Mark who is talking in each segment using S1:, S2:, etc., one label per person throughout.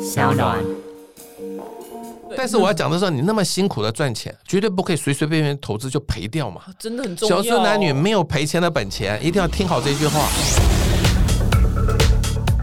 S1: 小暖。
S2: 但是我要讲的是，你那么辛苦的赚钱，绝对不可以随随便便投资就赔掉嘛。
S3: 嗯真的很重要。
S2: 小资男女没有赔钱的本钱，一定要听好这句话。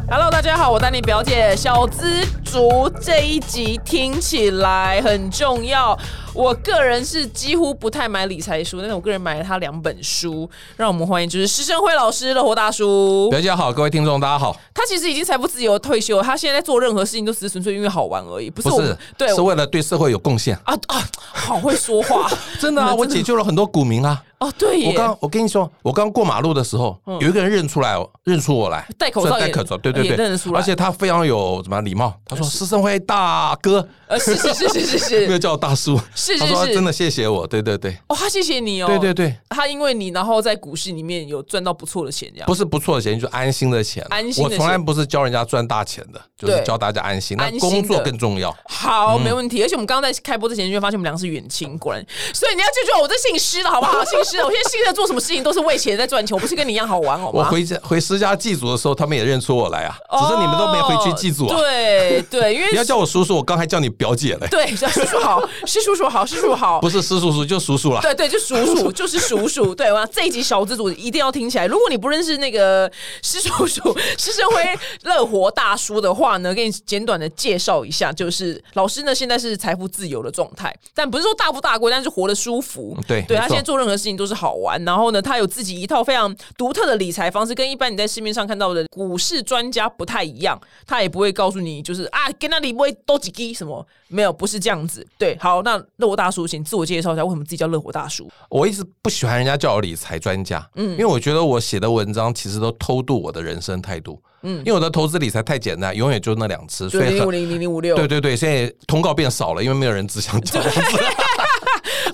S3: Hello，大家好，我丹尼表姐小资族这一集听起来很重要。我个人是几乎不太买理财书，但是我个人买了他两本书，让我们欢迎就是施生辉老师乐活大叔。
S2: 表姐好，各位听众大家好，
S3: 他其实已经财富自由退休了，他现在做任何事情都只是纯粹因为好玩而已，不是
S2: 不
S3: 我
S2: 是
S3: 们对
S2: 是为了对社会有贡献，
S3: 啊啊，好会说 话
S2: 真的啊，我解救了很多股民啊。
S3: 哦，对
S2: 我
S3: 耶，
S2: 刚我跟你说，我刚过马路的时候，有一个人认出来我，认出我来，
S3: 嗯戴口罩
S2: 所以
S3: 也
S2: 戴口罩，对对
S3: 也
S2: 对，
S3: 认得出来
S2: 而且他非常有什么礼貌，他说：“施生辉大哥，
S3: 呃，是是是是是
S2: 没有
S3: 是，
S2: 叫我大叔。”
S3: 是是
S2: 他说
S3: 是
S2: 真的谢谢我，对对对，
S3: 哇、他谢谢你哦，
S2: 对对对，
S3: 他因为你，然后在股市里面有赚到不错的钱，这样
S2: 不是不错的钱，就是安心的钱。
S3: 安心的
S2: 我
S3: 钱
S2: 从来不是教人家赚大钱的，就是
S3: 对
S2: 教大家安心。那
S3: 安心的
S2: 工作更重要。
S3: 好，没问题。而且我们刚刚在开播之前就发现我们两个是远亲，果然。所以你要记住，我这姓施的好不好？姓施的，我现在姓的做什么事情都是为钱在赚钱，我不是跟你一样好玩好
S2: 我
S3: 吗？
S2: 回家回施家祭祖的时候，他们也认出我来啊，
S3: 哦
S2: 只是你们都没回去祭祖啊。
S3: 对对， 因为
S2: 你要叫我叔叔，我刚还叫你表姐嘞，
S3: 对叫叔叔好，是叔叔好，是叔叔好。
S2: 不是施叔叔就叔叔啦。
S3: 对对，就叔叔，就是叔叔。对，哇，这一集小资主一定要听起来。如果你不认识那个施叔叔、施生辉乐活大叔的话呢，给你简短的介绍一下，就是老师呢现在是财富自由的状态，但不是说大富大贵，但是活得舒服。
S2: 对
S3: 对
S2: 没
S3: 他
S2: 错
S3: 现在做任何事情都是好玩。然后呢，他有自己一套非常独特的理财方式，跟一般你在市面上看到的股市专家不太一样。他也不会告诉你，就是啊，跟那里不会都几滴什么，没有，不是这样子。对，好，那乐活大叔，请自我介绍一下，为什么自己叫乐活大叔？
S2: 我一直不喜欢人家叫我理财专家，嗯，因为我觉得我写的文章其实都偷渡我的人生态度，嗯，因为我的投资理财太简单，永远就那两只，
S3: 就
S2: 所以
S3: 零五
S2: 很
S3: 零零零五六，
S2: 对对对，现在通告变少了，因为没有人只想讲。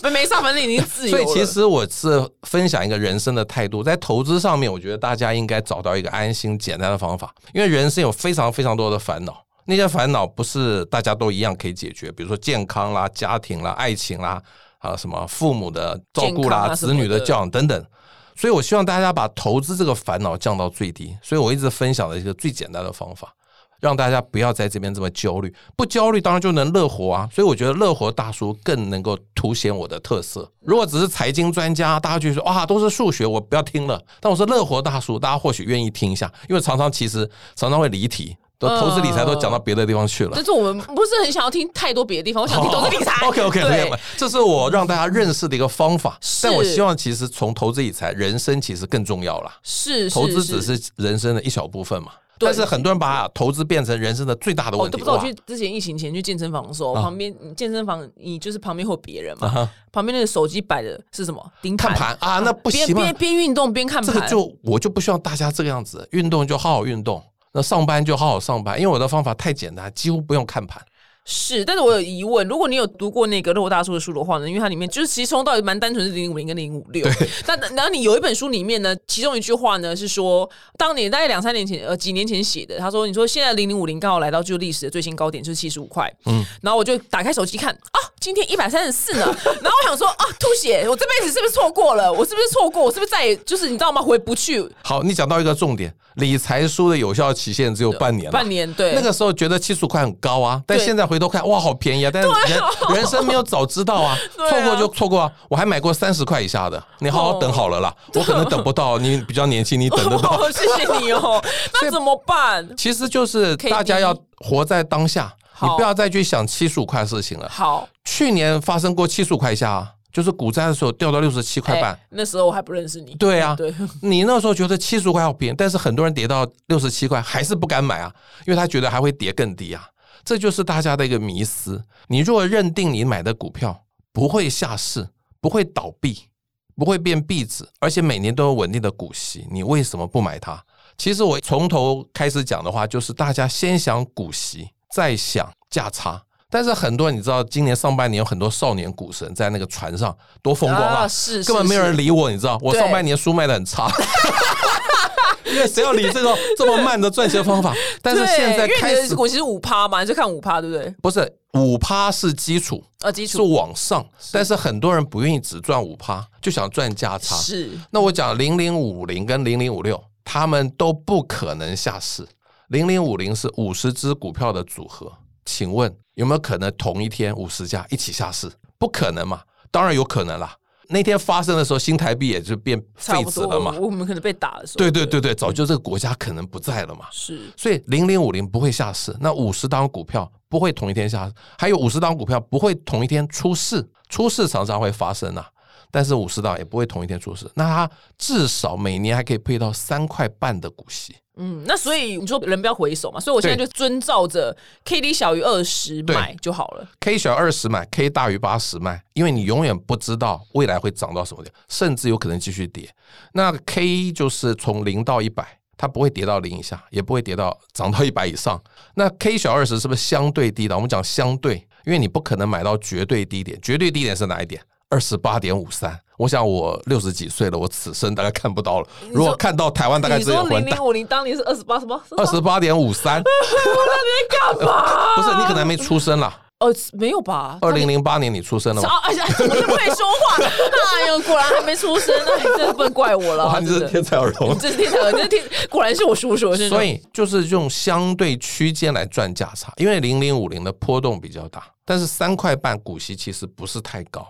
S3: 没没上，反正已经自由
S2: 所
S3: 了。
S2: 以其实我是分享一个人生的态度，在投资上面，我觉得大家应该找到一个安心简单的方法，因为人生有非常非常多的烦恼，那些烦恼不是大家都一样可以解决，比如说健康啦、家庭啦、爱情啦，啊什么父母的照顾啦、
S3: 健康啊
S2: 子女的教养等等。所以我希望大家把投资这个烦恼降到最低，所以我一直分享的一个最简单的方法。让大家不要在这边这么焦虑，不焦虑当然就能乐活啊。所以我觉得乐活大叔更能够凸显我的特色。如果只是财经专家，大家就说哇都是数学，我不要听了。但我是乐活大叔，大家或许愿意听一下，因为常常其实常常会离题，都
S3: 嗯
S2: 投资理财都讲到别的地方去了哦
S3: 但。是我们不是很想要听太多别的地方，我想听投 资理财。
S2: OK OK，
S3: 对，
S2: 这是我让大家认识的一个方法。
S3: 是
S2: 但我希望其实从投资理财，人生其实更重要啦。
S3: 是
S2: 投资只是人生的一小部分嘛。
S3: 对
S2: 但是很多人把投资变成人生的最大的
S3: 哦，
S2: 问
S3: 对
S2: 题。
S3: 不知道我
S2: 哇
S3: 去之前疫情前去健身房的时候，旁边嗯健身房你就是旁边会有别人
S2: 啊
S3: 嘛，
S2: 哈
S3: 旁边那个手机摆的是什么？盯
S2: 看盘啊，那不
S3: 边
S2: 行嘛
S3: 边。边运动边看
S2: 这
S3: 盘，
S2: 个就我就不需要大家这个样子，运动就好好运动，那上班就好好上班，因为我的方法太简单，几乎不用看盘。
S3: 是。但是我有疑问，如果你有读过那个洛大叔的书的话呢，因为它里面就是其实从头到底蛮单纯是零五零跟零五六， 但然后你有一本书里面呢，其中一句话呢是说，当年大概两三年前呃几年前写的，他说你说现在零零五零刚好来到就历史的最新高点，就是七十五块，嗯，然后我就打开手机看啊，今天一百三十四呢， 然后我想说啊吐血，我这辈子是不是错过了？我是不是错过？我是不是再也就是你知道吗？回不去
S2: 好，你讲到一个重点，理财书的有效期限只有半年了。
S3: 半年对
S2: 那个时候觉得七十块很高啊，但
S3: 对哦
S2: 现在回头看，哇，好便宜啊！但是人、人生没有早知道啊，
S3: 对啊
S2: 错过就错过啊。我还买过三十块以下的，你好好等好了啦。我可能等不到，你比较年轻，你等得到。
S3: 哦， 谢谢你哦， 那怎么办？
S2: 其实就是大家要活在当下，你
S3: 好
S2: 不要再去想七十五块的事情了。
S3: 好，
S2: 去年发生过七十五块以下、啊，就是股灾的时候掉到六十七块半。
S3: 哎那时候我还不认识你。
S2: 对啊，
S3: 对，
S2: 你那时候觉得七十块好便宜，但是很多人跌到六十七块还是不敢买啊，因为他觉得还会跌更低啊。这就是大家的一个迷思。你如果认定你买的股票不会下市、不会倒闭、不会变币值，而且每年都有稳定的股息，你为什么不买它？其实我从头开始讲的话，就是大家先想股息，再想价差。但是很多你知道，今年上半年有很多少年股神在那个船上多风光啊，
S3: 啊是
S2: 根本
S3: 是
S2: 没有人
S3: 是
S2: 理我，你知道，我
S3: 对
S2: 上半年书卖的很差。 因为谁要理这 个这么慢的赚钱方法？但是
S3: 对
S2: 现在
S3: 因为
S2: 开
S3: 你
S2: 始
S3: 的股其实五趴嘛，你就看五趴，对不对？
S2: 不是五趴是基础，
S3: 啊，基
S2: 是
S3: 础
S2: 往上，但是很多人不愿意只赚五趴，就想赚价差。
S3: 是
S2: 那我讲零零五零跟零零五六，他们都不可能下市。零零五零是五十只股票的组合，请问有没有可能同一天五十家一起下市？不可能嘛，当然有可能啦。那天发生的时候，新台币也就变
S3: 差
S2: 废
S3: 不
S2: 纸
S3: 多
S2: 了嘛。
S3: 我们可能被打的时候，
S2: 对对对对，早就这个国家可能不在了嘛。
S3: 是
S2: 所以零零五零不会下市，那五十档股票不会同一天下市，还有五十档股票不会同一天出市，出市常常会发生啊。但是五十档也不会同一天出市，那它至少每年还可以配到三块半的股息。
S3: 嗯，那所以你说人不要回首嘛，所以我现在
S2: 对
S3: 就遵照着 K D 小于二十
S2: 对
S3: 买就好了。
S2: K 小二十买，K 大于八十卖，因为你永远不知道未来会涨到什么点，甚至有可能继续跌。那 K 就是从零到一百，它不会跌到零以下，也不会跌到涨到一百以上。那 K 小二十是不是相对低档？我们讲相对，因为你不可能买到绝对低点。绝对低点是哪一点？二十八点五三。我想我六十几岁了，我此生大概看不到了。如果看到台湾，大概
S3: 你
S2: 只有
S3: 说
S2: 混
S3: 零
S2: 蛋
S3: 零。五零当年是二十八什么？
S2: 二十八点 五三，
S3: 干嘛？
S2: 不是你可能还没出生啦。
S3: 呃，没有吧？
S2: 二零零八年你出生了吗？
S3: 啊！哎呀，怎么就不会说 话？哎呦，果然还没出生，哎，真的不能怪我了。
S2: 哇，你
S3: 真
S2: 这是
S3: 的
S2: 天才 儿童。
S3: 这是天才，这是天，果然是我叔叔，是
S2: 所以就是用相对区间来赚价差，因为零零五零的波动比较大，但是三块半股息其实不是太高。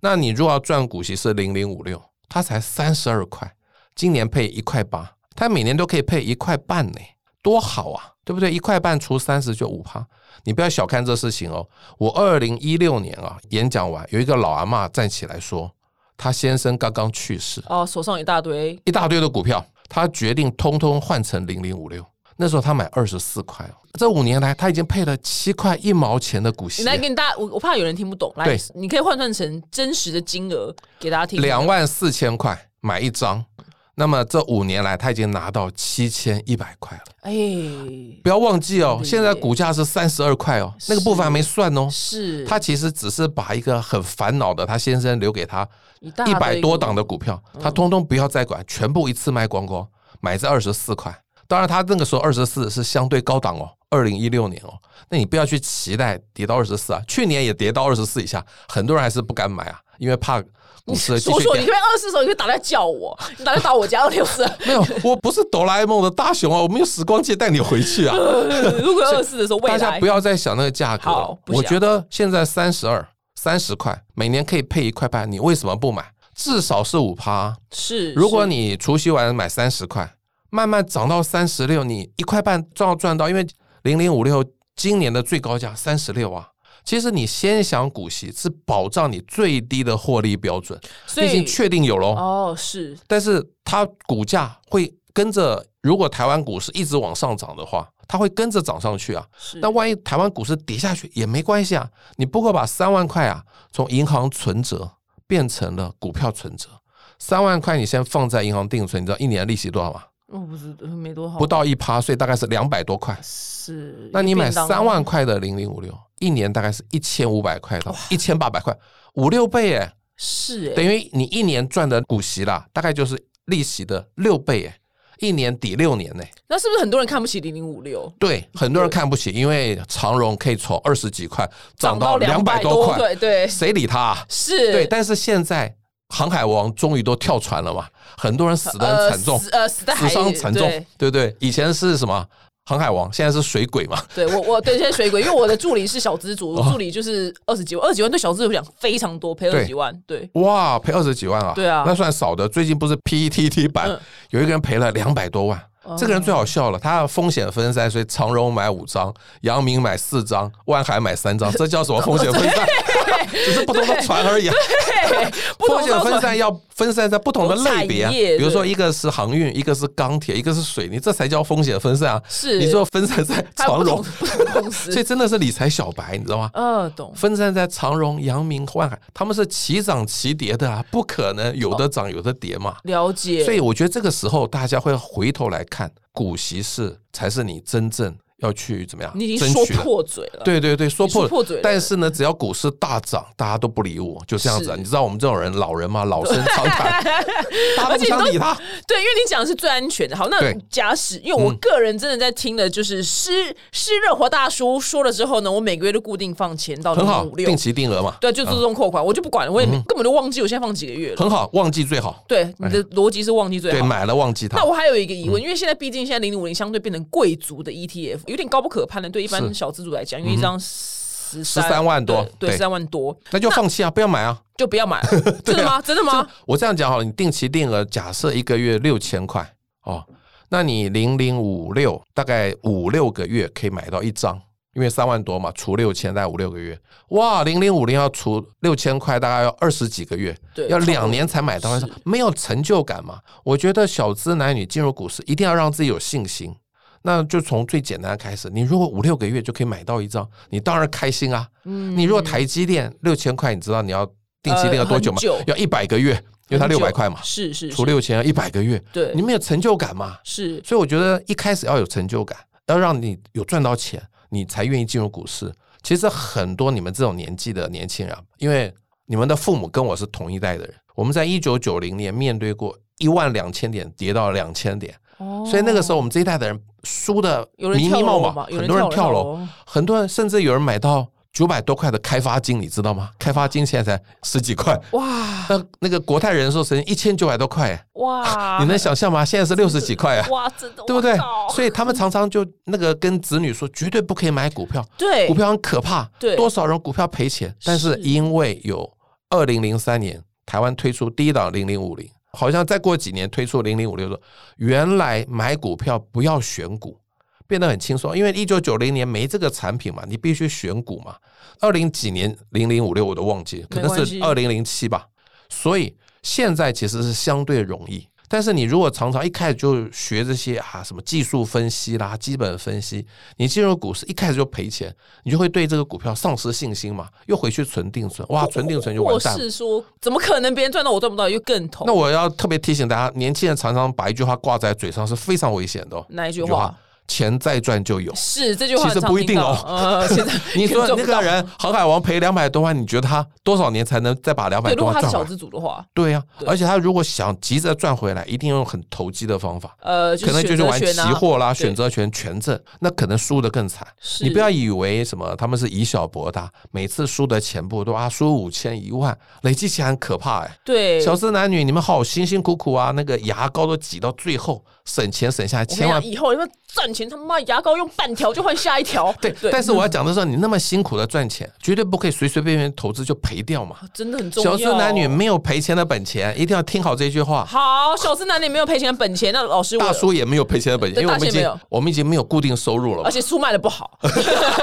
S2: 那你如果要赚股息是零零五六，它才三十二块，今年配一块八，它每年都可以配一块半呢，多好啊，对不对？一块半除三十就五趴，你不要小看这事情哦。我二零一六年啊，演讲完有一个老阿嬷站起来说，她先生刚刚去世，
S3: 哦，手上一大堆，
S2: 一大堆的股票，他决定通通换成零零五六。那时候他买二十四块哦，这五年来他已经配了七块一毛钱的股息
S3: 你，来给你大家，我我怕有人听不懂，来
S2: 对，
S3: 你可以换算成真实的金额给大家听。
S2: 两万四千块买一张。那么这五年来他已经拿到七千一百块了。
S3: 哎，
S2: 不要忘记哦，
S3: 对
S2: 现在股价是三十二块哦，那个部分还没算哦。
S3: 是
S2: 他其实只是把一个很烦恼的他先生留给他
S3: 一嗯大
S2: 一
S3: 堆
S2: 百多档的股票，他通通不要再管，全部一次卖光光，买在二十四块。当然，他那个时候二十四是相对高档哦，二零一六年哦，那你不要去期待跌到二十四啊，去年也跌到二十四以下，很多人还是不敢买啊，因为怕股市继
S3: 叔
S2: 续
S3: 叔，你
S2: 跌
S3: 这。边二十四手，你可以打来叫我，你打来打我家二六四。
S2: 没有，我不是哆啦 A 梦的大雄啊，我们用时光机带你回去啊。
S3: 如果二四 的时候，未
S2: 大家
S3: 来
S2: 不要再想那个价格
S3: 好
S2: 了。
S3: 不想
S2: 我觉得现在三十二、三十块，每年可以配一块半，你为什么不买？至少是五趴啊、
S3: 是，
S2: 如果
S3: 是
S2: 你除夕晚买三十块，慢慢涨到三十六，你一块半照赚到，因为零零五六今年的最高价三十六啊。其实你先想股息是保障你最低的获利标准，
S3: 所
S2: 你已
S3: 以
S2: 经确定有喽。
S3: 哦是
S2: 但是它股价会跟着，如果台湾股市一直往上涨的话，它会跟着涨上去啊。
S3: 是，
S2: 那万一台湾股市跌下去也没关系啊，你不过把三万块啊从银行存折变成了股票存折，三万块你先放在银行定存，你知道一年利息多少吗？
S3: 我不知道没多好，
S2: 不到一趴，所以大哦概是啊两百多块。
S3: 是。
S2: 那你买
S3: 便当
S2: 三万块的零零五六，一年大概是一千五百块到一千八百块，五六倍哎，
S3: 是哎、
S2: 等于你一年赚的股息啦，大概就是利息的六倍哎，一年抵六年呢。
S3: 那是不是很多人看不起零零五六？
S2: 对，很多人看不起，因为长荣可以从二十几块涨到
S3: 到
S2: 两百
S3: 百
S2: 多块，
S3: 对对
S2: 谁理他、啊？
S3: 是，
S2: 对，但是现在航海王终于都跳船了嘛，很多人死的很惨重，
S3: 呃，死呃死在海
S2: 死
S3: 里
S2: 伤惨重
S3: 对，
S2: 对不对？以前是什么航海王，现在是水鬼嘛，
S3: 对我我对现在水鬼，因为我的助理是小资族，
S2: 哦
S3: 助理就是二十几万，二十几万对小资族讲非常多，赔二十几万，对，
S2: 哇，赔二十几万啊！
S3: 对啊
S2: 那算少的。最近不是 PTT 版、
S3: 嗯哦
S2: 有一个人赔了两百多万。这个人最好笑了，他风险分散，所以长荣买五张，阳明买四张，万海买三 张，这叫什么风险分散？ 只是不同的船而已啊。
S3: 不
S2: 风
S3: 同
S2: 险
S3: 的
S2: 分散要分散在不同的类别、啊
S3: 产业，
S2: 比如说
S3: 对
S2: 一个是航运，一个是钢铁，一个是水泥，这才叫风险分散啊！
S3: 是
S2: 你说分散在
S3: 还有
S2: 长
S3: 不同
S2: 荣，
S3: 不同公司，
S2: 所以真的是理财小白，你知道吗？
S3: 呃，懂。
S2: 分散在长荣、阳明、万海，他们是齐涨齐跌的啊，不可能有的涨有的跌嘛。
S3: 了解，
S2: 所以我觉得这个时候大家会回头来看，股息是才是你真正要去怎么样？
S3: 你已经
S2: 争
S3: 说
S2: 取了
S3: 破嘴了，
S2: 对对对，说
S3: 你说
S2: 破
S3: 破嘴了
S2: 但是呢，只要股市大涨，大家都不理我，就这样子啊。
S3: 是
S2: 你知道我们这种人，老人嘛，老生 常谈，大家都不想理他。
S3: 对，因为你讲的是最安全的。好，那
S2: 对嗯
S3: 假使，因为我个人真的在听的就是施施热火大叔说了之后呢，我每个月都固定放钱到
S2: 很好，
S3: 零五六
S2: 定，嗯期定额嘛，
S3: 哦对，就自动扣款，我就不管了，我也没根本就忘记我现在放几个月了。
S2: 很好，旺季最好。
S3: 对，你的逻辑是忘记最
S2: 哎对，
S3: 好。
S2: 买了旺季它
S3: 那。我还有一个疑
S2: 嗯
S3: 问，因为现在毕竟现在零零五零相对变成贵族的 ETF，有点高不可攀的，对一般
S2: 是
S3: 小资族来
S2: 嗯
S3: 讲，因为一张十
S2: 13万多
S3: 对，
S2: 对
S3: 十三万多，
S2: 那就放弃啊，不要买啊！
S3: 就不要买了。 真的吗？真的吗？
S2: 我这样讲好了，你定期定额假设一个月六千块哦，那你零零五六大概五六个月可以买到一张，因为三万多嘛，除六千大概五六个月，哇，零零五零要除六千块，大概要二十几个月，
S3: 对，
S2: 要
S3: 差不多
S2: 两年才买到，没有成就感嘛？我觉得小资男女进入股市一定要让自己有信心，那就从最简单的开始。你如果五六个月就可以买到一张，你当然开心啊。你如果台积电六千块，你知道你要定期定额多久吗
S3: 嗯呃很久？
S2: 要一百个月，因为它
S3: 很
S2: 六
S3: 久
S2: 百块嘛，
S3: 是是
S2: 除
S3: 是，
S2: 六千要一百个月，
S3: 对
S2: 你，没有成就感嘛？
S3: 是
S2: 所以我觉得一开始要有成就感，要让你有赚到钱，你才愿意进入股市。其实很多你们这种年纪的年轻人啊，因为你们的父母跟我是同一代的人，我们在一九九零年面对过一万两千点跌到两千点，
S3: 哦
S2: 所以那个时候我们这一代的人输的
S3: 有人
S2: 迷
S3: 跳
S2: 迷
S3: 楼
S2: 冒
S3: 嘛
S2: 嘛，
S3: 有
S2: 很多人跳楼，
S3: 楼，
S2: 很多人甚至有人买到九百多块的开发金，你知道吗？开发金现在才十几块，
S3: 哦哇
S2: 那那个国泰人寿曾经一千九百多块，
S3: 哇，
S2: 你能想象吗？现在是六十几块啊！
S3: 哇，真的
S2: 对不对
S3: 我靠？
S2: 所以他们常常就那个跟子女说，绝对不可以买股票，
S3: 对
S2: 股票很可怕，
S3: 对
S2: 多少人股票赔钱。但是因为有二零零三年台湾推出第一档零零五零，好像再过几年推出零零五六的，原来买股票不要选股。变得很轻松，因为一九九零年没这个产品嘛，你必须选股嘛。二零几年零零五六我都忘记，可
S3: 没
S2: 能
S3: 关
S2: 是
S3: 系
S2: 二零零七吧。所以现在其实是相对容易。但是你如果常常一开始就学这些啊，什么技术分析啦、基本分析，你进入股市一开始就赔钱，你就会对这个股票丧失信心嘛，又回去存定存，哇，存定存就完
S3: 或
S2: 蛋了。
S3: 是说，怎么可能别人赚到我赚不到，又更痛？
S2: 那我要特别提醒大家，年轻人常常把一句话挂在嘴上是非常危险的、哦。
S3: 哪嗯一句
S2: 一句
S3: 话
S2: 话？？钱再赚就有。
S3: 是这句话
S2: 其实
S3: 常
S2: 不一
S3: 听
S2: 定
S3: 到
S2: 哦
S3: 呃，现 在
S2: 你说
S3: 更
S2: 那
S3: 赚不到
S2: 个人航海王赔两百多万，你觉得他多少年才能再把两
S3: 对，
S2: 百
S3: 如
S2: 多
S3: 果
S2: 万
S3: 他是
S2: 赚
S3: 小
S2: 回来？
S3: 资主的话，
S2: 对呀、
S3: 对
S2: 而且他如果想急着赚回来，一定要用很投机的方法，
S3: 呃，
S2: 可能
S3: 选
S2: 就是
S3: 择
S2: 玩
S3: 权
S2: 期
S3: 啊
S2: 货啦、
S3: 对
S2: 选择权、权证，那可能输的更惨。
S3: 是
S2: 你不要以为什么他们是以小博大，每次输的钱不多啊，输五千一万，累积起来很可怕哎、
S3: 对
S2: 小资男女，你们好辛辛苦苦啊，那个牙膏都挤到最后，省钱省下来，
S3: 我跟你
S2: 千万
S3: 讲以后要赚钱，他妈牙膏用半条就换下一条。
S2: 对。但是我要讲的是，你那么辛苦的赚钱，绝对不可以随随便便投资就赔掉嘛。
S3: 啊真的很重要。
S2: 小资男女没有赔钱的本钱，一定要听好这句话。
S3: 好，小资男女没有赔钱的本钱，那老师我
S2: 大，叔也没有赔钱的本钱，
S3: 对
S2: 因为我
S3: 大
S2: 们
S3: 叔
S2: 已
S3: 也没
S2: 经
S3: 有哦
S2: 我们已经没有固定收入了嘛
S3: 而。且书卖的不好，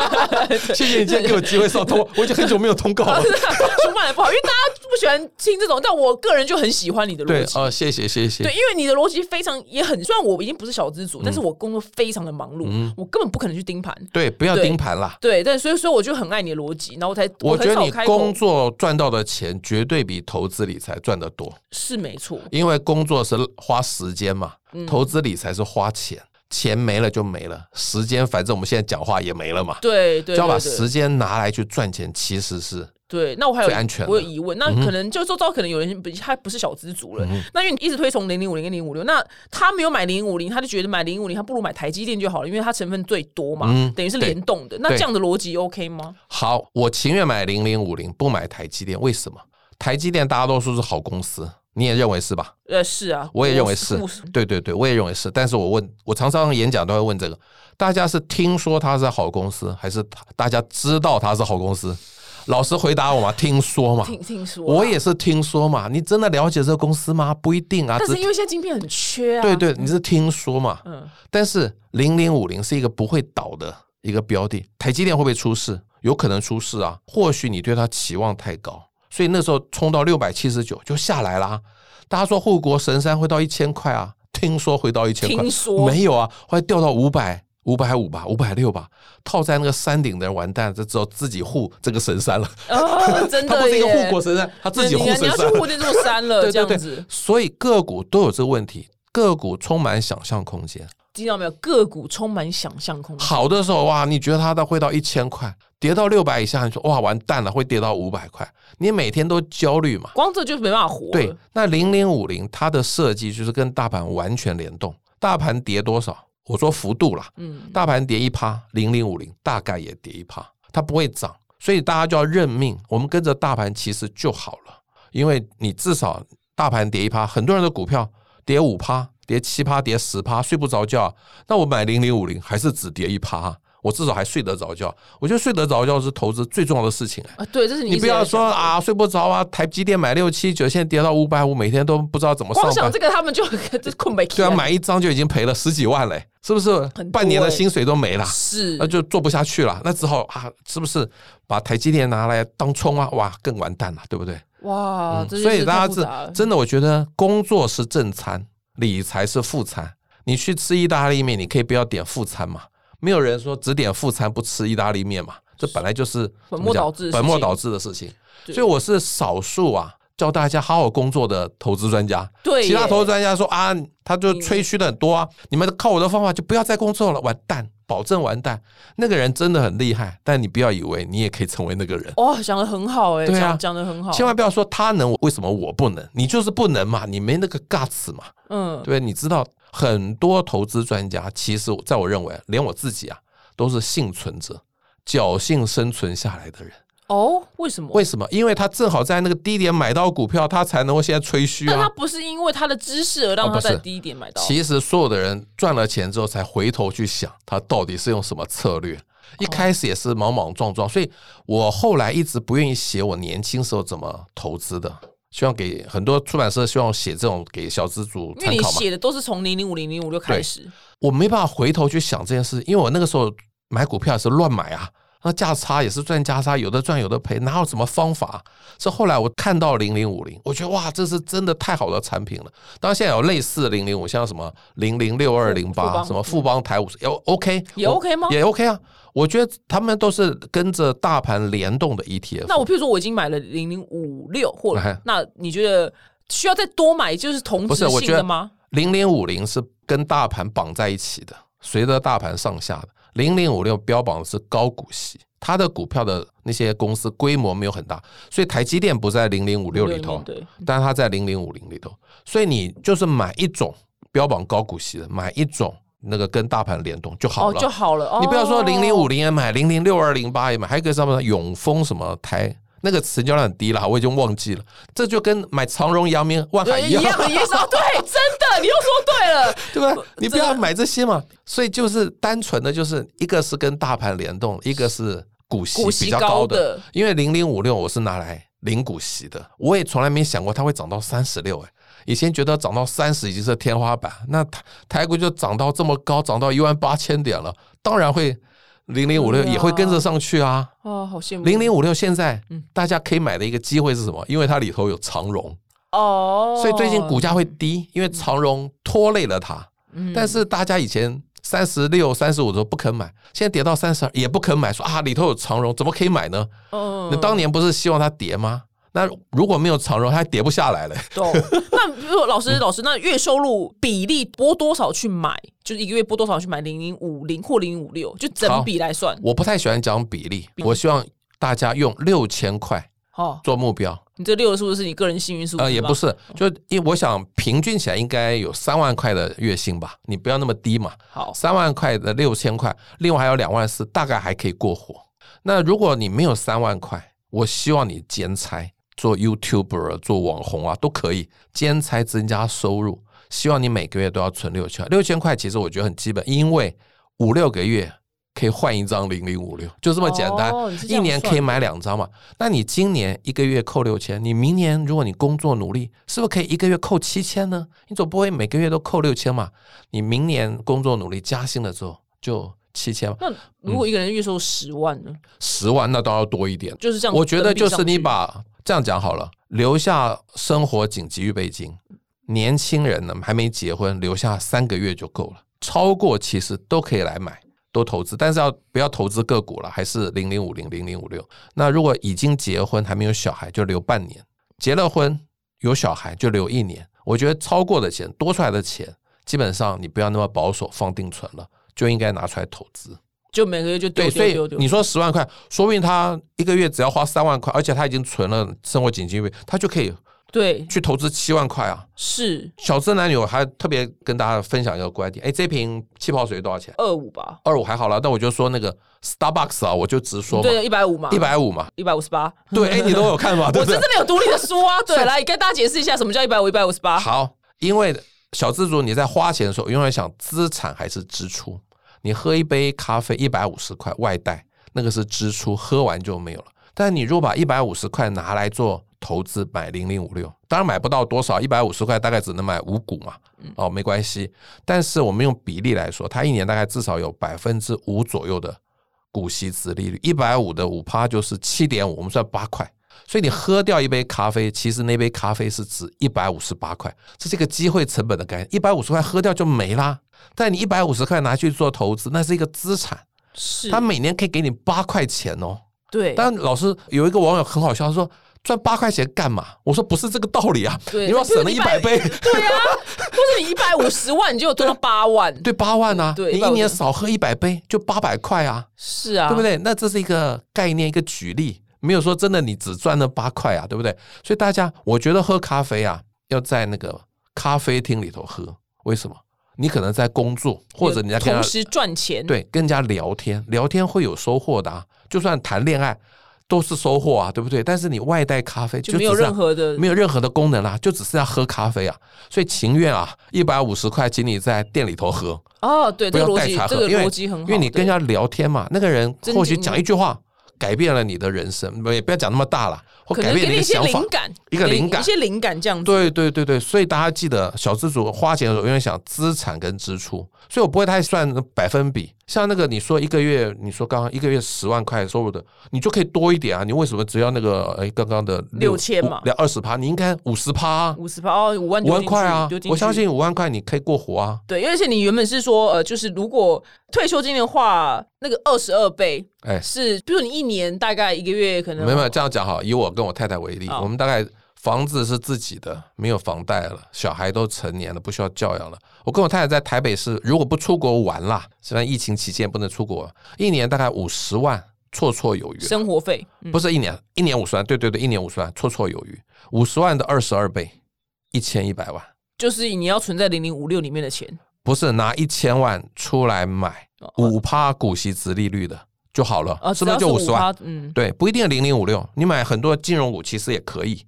S2: 谢谢你今天给我机会上通，我已经很久没有通告了。
S3: 书卖的不好，因为大家不喜欢听这种，但我个人就很喜欢你的
S2: 对
S3: 逻辑。
S2: 哦，谢谢谢嗯
S3: 对，
S2: 谢。
S3: 因为你的逻辑非常也很，虽然我已经不是小资主，但是我工作非常的忙碌，
S2: 嗯
S3: 我根本不可能去盯盘。
S2: 对，不要
S3: 对
S2: 盯盘啦。
S3: 对，但所以所以我就很爱你的逻辑，然后我才
S2: 我
S3: 很
S2: 觉得
S3: 少
S2: 你
S3: 开口
S2: 工作赚到的钱绝对比投资理财赚得多，
S3: 是没错，
S2: 因为工作是花时间嘛，
S3: 嗯
S2: 投资理财是花钱，钱没了就没了，时间反正我们现在讲话也没了嘛，
S3: 对对，
S2: 就要把
S3: 对对
S2: 时间拿来去赚钱，其实是
S3: 对，那我还有
S2: 最安全的嗯
S3: 我有疑问，那可能就周遭可能有人不他不是小资族了，那因为你一直推崇零零五零跟零五六，那他没有买零五零，他就觉得买零五零，他不如买台积电就好了，因为它成分最多嘛，
S2: 嗯
S3: 等于是
S2: 对
S3: 联动的。那这样的逻辑 OK 吗？
S2: 好，我情愿买零零五零，不买台积电，为什么？台积电大多数是好公司，你也认为是吧？
S3: 呃，是啊，
S2: 我也认为是
S3: 我是
S2: 对对对，我也认为是。但是我问，我常常演讲都会问这个：大家是听说它是好公司，还是大家知道它是好公司？老实回答我嘛，听说嘛，
S3: 听听说啊，
S2: 我也是听说嘛。你真的了解这个公司吗？不一定啊，
S3: 但
S2: 只
S3: 是因为现在晶片很缺啊，
S2: 对，对，你是听说嘛。
S3: 嗯，
S2: 但是零零五零是一个不会倒的一个标的，台积电会不会出事？有可能出事啊，或许你对它期望太高，所以那时候冲到六百七十九就下来啦。大家说护国神山会到一千块啊，听说会到一千块，
S3: 听说
S2: 没有啊，后来掉到五百。五百五吧，五百六吧，套在那个山顶的人完蛋，这只有自己护这个神山了。
S3: 啊， 真
S2: 他
S3: 的
S2: 不是一
S3: 耶，
S2: 个护国神山，他自己护
S3: 对你
S2: 神
S3: 要去
S2: 山。
S3: 护这座山了，
S2: 对
S3: 这
S2: 对
S3: 样
S2: 对
S3: 子，
S2: 所以个股都有这个问题，个股充满想象空间。
S3: 听到没有？个股充满想象空间。
S2: 好的时候哇，你觉得它的会到一千块，跌到六百以下，你说哇完蛋了，会跌到五百块，你每天都焦虑嘛？
S3: 光这就没办法活
S2: 对
S3: 了。，
S2: 那零零五零它的设计就是跟大盘完全联动，大盘跌多少，我说幅度啦，
S3: 嗯，
S2: 大盘跌一趴，零零五零大概也跌一趴，它不会涨，所以大家就要认命，我们跟着大盘其实就好了，因为你至少大盘跌一趴，很多人的股票跌五趴、跌七趴、跌十趴，睡不着觉，那我买零零五零还是只跌一趴、我至少还睡得着觉，我觉得睡得着觉是投资最重要的事情、哎
S3: 啊，对，这是你
S2: 你
S3: 一
S2: 不
S3: 直在
S2: 要
S3: 讲
S2: 说，啊，睡不着啊，台积电买六七九，现在跌到五百五，每天都不知道怎么上
S3: 光想
S2: 班
S3: 这。个他们就 这困没
S2: 对啊，买一张就已经赔了十几万嘞，是不是
S3: 很多？
S2: 半年的
S3: 欸
S2: 薪水都没了，
S3: 是
S2: 那就做不下去了。那只好啊，是不是把台积电拿来当冲啊？哇，更完蛋了，对不对？
S3: 哇，
S2: 嗯
S3: 哦这
S2: 所以
S3: 大
S2: 大家
S3: 家
S2: 真真的，我觉得工作是正餐，理财是副餐。你去吃意大利面，你可以不要点副餐嘛？没有人说只点副餐不吃意大利面嘛？这本来就是
S3: 本末
S2: 怎么讲
S3: 倒置的事情
S2: 本末倒置的事情。
S3: 对
S2: 所以我是少数啊，教大家好好工作的投资专家。
S3: 对耶，嗯
S2: 其他投资专家说啊，他就吹嘘的很多啊，你们靠我的方法就不要再工作了，完蛋，保证完蛋。那个人真的很厉害，但你不要以为你也可以成为那个人。
S3: 哇，讲的很好哎，
S2: 对啊
S3: 讲讲的很好，
S2: 千万不要说他能，为什么我不能？你就是不能嘛，你没那个 guts 嘛，
S3: 嗯
S2: 对不，对？你知道很多投资专家，其实在我认为，连我自己啊，都是幸存者，侥幸生存下来的人。
S3: 哦，为什么？
S2: 为什么？因为他正好在那个低点买到股票，他才能够现在吹嘘
S3: 但他
S2: 啊。
S3: 不是因为他的知识而让
S2: 哦
S3: 他
S2: 不是
S3: 在低点买到，
S2: 其实所有的人赚了钱之后，才回头去想他到底是用什么策略。一开始也是莽莽撞撞，所以我后来一直不愿意写我年轻时候怎么投资的，希望给很多出版社希望我写这种给小资主
S3: 因为
S2: 参
S3: 你
S2: 考嘛。
S3: 写的都是从零零五零零五六开始，
S2: 我没办法回头去想这件事，因为我那个时候买股票也是乱买啊，那价差也是赚价差，有的赚有的赔，哪有什么方法、啊？是后来我看到零零五零，我觉得哇，这是真的太好的产品了。当然现在有类似的零零五，像什么零零六二零
S3: 富
S2: 八，
S3: 邦
S2: 什么富邦台五十，也 OK，
S3: 也
S2: 我
S3: OK 吗
S2: 也 OK 啊。我觉得他们都是跟着大盘联动的 E ETF。
S3: 那我譬如说我已经买了零零五六或
S2: 哎
S3: 者，那你觉得需要再多买就是同
S2: 不是
S3: 质
S2: 我
S3: 性
S2: 觉得
S3: 的吗？
S2: 零零五零是跟大盘绑在一起的，随着大盘上下的。零零五六标榜的是高股息，它的股票的那些公司规模没有很大，所以台积电不在零零五六里头，
S3: 对，
S2: 但它在零零五零里头。所以你就是买一种标榜高股息的，买一种那个跟大盘联动就好
S3: 哦
S2: 了。
S3: 就好了，哦
S2: 你不要说零零五零也买，零零六二零八也买，还有一个什么永丰什么台，那个成交量很低啦，我已经忘记了。这就跟买长荣、阳明、万海
S3: 对
S2: 一
S3: 一
S2: 样，
S3: 样的意思，对，真的，你又说对了，
S2: 对吧？你不
S3: 真
S2: 要
S3: 的
S2: 买这些嘛。所以就是单纯的，就是一个是跟大盘联动，一个是股息
S3: 股
S2: 比
S3: 息
S2: 较高
S3: 高
S2: 的。
S3: 的
S2: 因为零零五六我是拿来领股息的，我也从来没想过它会涨到三十六哎。以前觉得涨到三十已经是天花板，那台台股就涨到这么高，涨到一万八千点了，当然会零零五六
S3: 对啊
S2: 也会跟着上去啊。
S3: 哦，好羡慕
S2: 零零五六现在
S3: 嗯
S2: 大家可以买的一个机会是什么？因为它里头有长荣，
S3: 哦，
S2: 所以最近股价会低，因为长荣拖累了它。
S3: 嗯，
S2: 但是大家以前三十六、三十五的时候不肯买，现在跌到三十二也不肯买，说啊里头有长荣，怎么可以买呢？
S3: 嗯
S2: 那当年不是希望它跌吗？那如果没有长荣，它还跌不下来了。
S3: 懂。那如果老师，老师，那月收入比例拨多少去买？就是一个月拨多少去买零零五零或零零五六，就整笔来算。
S2: 我不太喜欢讲比例，我希望大家用六千块
S3: 哦，
S2: 做目标，
S3: 你这六个数字是你个人幸运数字
S2: 呃，也
S3: 吗
S2: 不是，就因为我想平均起来应该有三万块的月薪吧，你不要那么低嘛。
S3: 好
S2: 三万块的六千块，另外还有两万四，大概还可以过活。那如果你没有三万块，我希望你兼差做 YouTuber、做网红啊，都可以兼差增加收入。希望你每个月都要存六千，六千块其实我觉得很基本，因为五六个月可以换一张零零五六，就这么简单。
S3: 哦你是这
S2: 一
S3: 样
S2: 年
S3: 算
S2: 可以买两张嘛？那你今年一个月扣六千，你明年如果你工作努力，是不是可以一个月扣七千呢？你总不会每个月都扣六千嘛？你明年工作努力加薪了之后就七千嘛，
S3: 那如果一个人月收入十万呢？
S2: 十万那当然要多一点。
S3: 就是这样。
S2: 我觉得就是你把这样讲好了，留下生活紧急预备金，年轻人呢还没结婚，留下三个月就够了，超过其实都可以来买。都投资，但是要不要投资个股了？还是零零五零零零五六？那如果已经结婚还没有小孩，就留半年；结了婚有小孩就留一年。我觉得超过的钱，多出来的钱，基本上你不要那么保守放定存了，就应该拿出来投资。
S3: 就每个月就丢
S2: 对，所
S3: 丢
S2: 以
S3: 丢丢。
S2: 你说十万块，说不定他一个月只要花三万块，而且他已经存了生活紧急费，他就可以
S3: 对
S2: 去投资七万块啊。
S3: 是
S2: 小资男女，我还特别跟大家分享一个观点，哎，这瓶气泡水多少钱？
S3: 二五吧？
S2: 二五还好了，但我就说那个 Starbucks 啊，我就直说嘛，
S3: 对，一百五嘛，
S2: 一百五嘛，
S3: 一百五十 八。
S2: 对，哎，你都有看嘛，对
S3: 我
S2: 不
S3: 这
S2: 对
S3: 真？的有读你的书啊！ 对，来跟大家解释一下什么叫一百五、一百五十八。
S2: 好，因为小资族你在花钱的时候，永远想资产还是支出。你喝一杯咖啡一百五十块外带，那个是支出，喝完就没有了。但你如果把一百五十块拿来做投资，买零零五六，当然买不到多少，一百五十块大概只能买五股嘛，哦，没关系。但是我们用比例来说，它一年大概至少有百分之五左右的股息值利率，一百五的五趴就是七点五，我们算八块。所以你喝掉一杯咖啡，其实那杯咖啡是值一百五十八块，这是一个机会成本的概念。一百五十块喝掉就没啦，但你一百五十块拿去做投资，那是一个资产，
S3: 是，
S2: 它每年可以给你八块钱哦。
S3: 对，
S2: 但老师有一个网友很好笑，他说赚八块钱干嘛？我说不是这个道理啊，
S3: 对
S2: 你要省了一百倍，
S3: 对啊，或者你一百五十万，你就有赚到八万，
S2: 对八万啊，
S3: 对
S2: 你一年少喝一百杯就八百块啊。
S3: 是啊，
S2: 对不？对？那这是一个概念，一个举例，没有说真的你只赚了八块啊，对不对？所以大家，我觉得喝咖啡啊，要在那个咖啡厅里头喝，为什么？你可能在工作，或者你在跟人
S3: 同
S2: 家
S3: 时赚钱，，
S2: 对跟人家聊天，聊天会有收获的啊。就算谈恋爱都是收获啊，对不对？但是你外带咖啡
S3: 就没有
S2: 只是
S3: 任何的
S2: 没有任何的功能啦、就只是要喝咖啡啊。所以情愿啊，一百五十块，请你在店里头喝，
S3: 哦，对，
S2: 不
S3: 这个
S2: 要
S3: 逻
S2: 带
S3: 辑，
S2: 茶
S3: 这
S2: 喝，
S3: 个
S2: 因为
S3: 逻辑很好，
S2: 因为你跟人家聊天嘛，那个人
S3: 真
S2: 或许
S3: 经
S2: 讲一句话，改变了你的人生，不也不要讲那么大了，或
S3: 对可
S2: 改
S3: 能
S2: 变
S3: 给
S2: 你
S3: 你一
S2: 的
S3: 些
S2: 想法
S3: 灵。感，
S2: 一个
S3: 给你
S2: 灵感
S3: 一些灵感这样子，
S2: 对啊对对对，所以大家记得，小资主花钱的时候永远想资产跟支出，所以我不会太算百分比。像那个你说一个月，你说刚刚一个月十万块收入的，你就可以多一点啊。你为什么只要那个哎刚刚的
S3: 6000嘛
S2: 两二十趴，你应该五十趴啊，
S3: 五十八哦，五万
S2: 五
S3: 丢进
S2: 万
S3: 去
S2: 块啊
S3: 丢进，去
S2: 我相信五万块你可以过活啊。
S3: 对，而且你原本是说，呃，就是如果退休金的话，那个二十二倍
S2: 哎，
S3: 是，比如你一年大概一个月可能
S2: 没有没有这样讲好，以我跟我太太为例，
S3: 哦
S2: 我们大概房子是自己的，没有房贷了，小孩都成年了，不需要教养了。我跟我太太在台北市，如果不出国玩啦，虽然疫情期间不能出国，一年大概五十万，绰绰有余。啊
S3: 生活费，嗯
S2: 不是一年，一年五十万，对对对，一年五十万，绰绰有余。五十万的二十二倍，一千一百万，
S3: 就是你要存在零零五六里面的钱，
S2: 不是拿一千万出来买
S3: 哦
S2: 五趴股息值利率的就好了，
S3: 呃，
S2: 是不是
S3: 只
S2: 就
S3: 要
S2: 五
S3: 是
S2: 十万？
S3: 5%？嗯，
S2: 对，不一定零零五六，你买很多金融股其实也可以。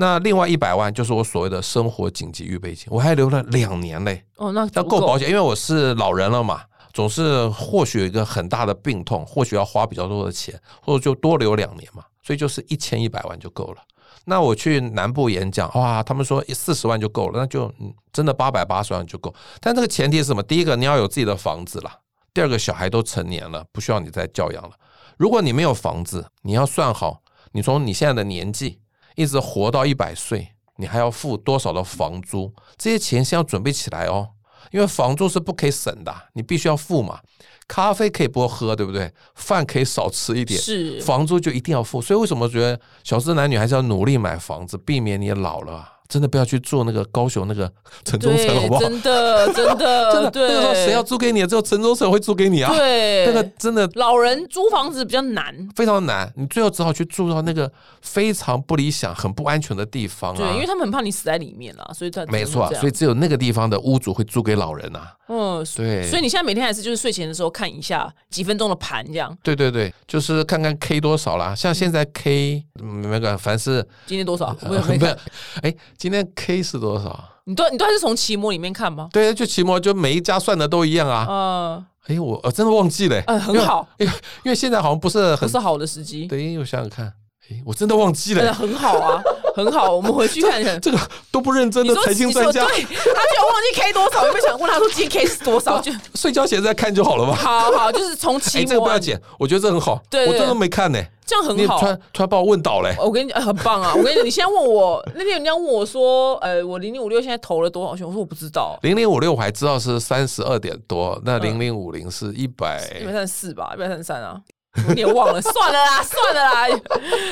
S2: 那另外一百万就是我所谓的生活紧急预备金，我还留了两年嘞，
S3: 哦，那
S2: 那
S3: 足
S2: 够
S3: 够
S2: 保险，因为我是老人了嘛，总是或许有一个很大的病痛，或许要花比较多的钱，或者就多留两年嘛，所以就是一千一百万就够了。那我去南部演讲，哇，他们说四十万就够了，那就嗯真的八百八十万就够。但这个前提是什么？第一个你要有自己的房子啦，第二个小孩都成年了，不需要你再教养了。如果你没有房子，你要算好，你从你现在的年纪一直活到一百岁，你还要付多少的房租？这些钱先要准备起来哦，因为房租是不可以省的，你必须要付嘛。咖啡可以不喝，对不对？饭可以少吃一点，
S3: 是
S2: 房租就一定要付。所以为什么觉得小资男女还是要努力买房子，避免你老了、啊，真的不要去住那个高雄那个 城中城，好不好？
S3: 真的，真的，
S2: 真的，
S3: 对，
S2: 那个时候谁要租给你啊？只有城中城会租给你啊。
S3: 对，
S2: 那个真的
S3: 老人租房子比较难，
S2: 非常难，你最后只好去住到那个非常不理想、很不安全的地方
S3: 对，
S2: 啊
S3: 因为。他们很怕你死在里面啦，所以他
S2: 没错啊，所
S3: 以
S2: 以只有那个地方的屋主会租给老人啊。
S3: 嗯，所
S2: 对，
S3: 以你现在每天还是就是睡前的时候看一下几分钟的盘这样，
S2: 对对对，就是看看 K 多少啦。像现在 K 嗯那个，凡是
S3: 今天多少？我也
S2: 呃
S3: 没
S2: 不
S3: 看，
S2: 是，哎，今天 K 是多少？啊
S3: 你都你都还是从期末里面看吗？
S2: 对，就期末就每一家算的都一样啊。
S3: 嗯，
S2: 哎，我我真的忘记了，
S3: 呃，很好，
S2: 因为因为现在好像不是
S3: 不
S2: 很
S3: 是好的时机，
S2: 对，因为我想想看，哎，我真的忘记
S3: 真的
S2: 了，
S3: 很好啊，很好，我们回去 看一下。
S2: 这个都不认真
S3: 你
S2: 的
S3: 说
S2: 财经
S3: 你说
S2: 专家，
S3: 对， 他居然忘记 K 多少，我有没有想问他说今天 K 是多少？ 就
S2: 睡觉前再看就好了吧。
S3: 好好，就是从期
S2: 哎，这个不
S3: 末
S2: 要，剪，我觉得这很好。
S3: 啊对对
S2: 我真的没看呢、
S3: 这样很
S2: 你
S3: 好啊哦
S2: 突。然突然把我问倒嘞、
S3: 我跟你讲，很棒啊！我跟你讲，你现在问我那天人家问我说，呃，我零零五六现在投了多少钱？我说我不知道，
S2: 零零五六我还知道是三十二点多，
S3: 嗯
S2: 那零零五零是一百、
S3: 一百三十四吧，一百三十三啊。我有点忘了，算了啦，算了啦，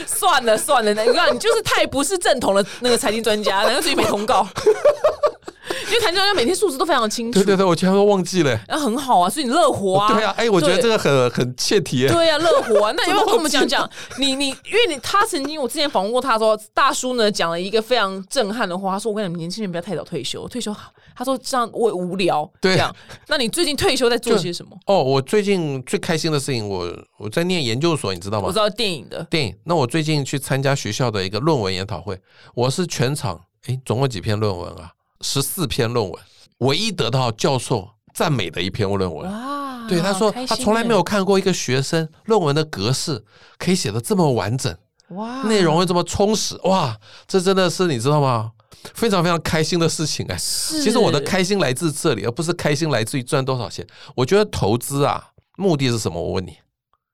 S3: 算了 算了，你看你就是太不是正统的那个财经专家，然后自己没通告。因为谭教授每天数字都非常清楚
S2: 对，对对，我居然都忘记了。
S3: 然后很好啊，所以你乐活啊，
S2: 对啊，哎，我觉得
S3: 对
S2: 这个很很切题耶。
S3: 对呀、乐活、 啊。那有没有跟我们
S2: 真的
S3: 讲
S2: 忘记
S3: 讲你你，因为你他曾经我之前访问过他的时候，大叔呢讲了一个非常震撼的话，他说：“我跟你们年轻人不要太早退休，退休好他说这样我也无聊。”
S2: 对
S3: 这样。那你最近退休在做些什么？
S2: 哦，我最近最开心的事情，我我在念研究所，你知道吗
S3: 我知？道电影的，
S2: 电影。那我最近去参加学校的一个论文研讨会，我是全场诶，总共几篇论文啊？十四篇论文，唯一得到教授赞美的一篇论文。
S3: 哇，
S2: 对，他说
S3: 啊开心欸
S2: 他从来没有看过一个学生论文的格式可以写的这么完整，
S3: 耶哇
S2: 内容又这么充实，哇，这真的是你知道吗？非常非常开心的事情哎。
S3: 是
S2: 其实我的开心来自这里，而不是开心来自于赚多少钱。我觉得投资啊，目的是什么？我问你，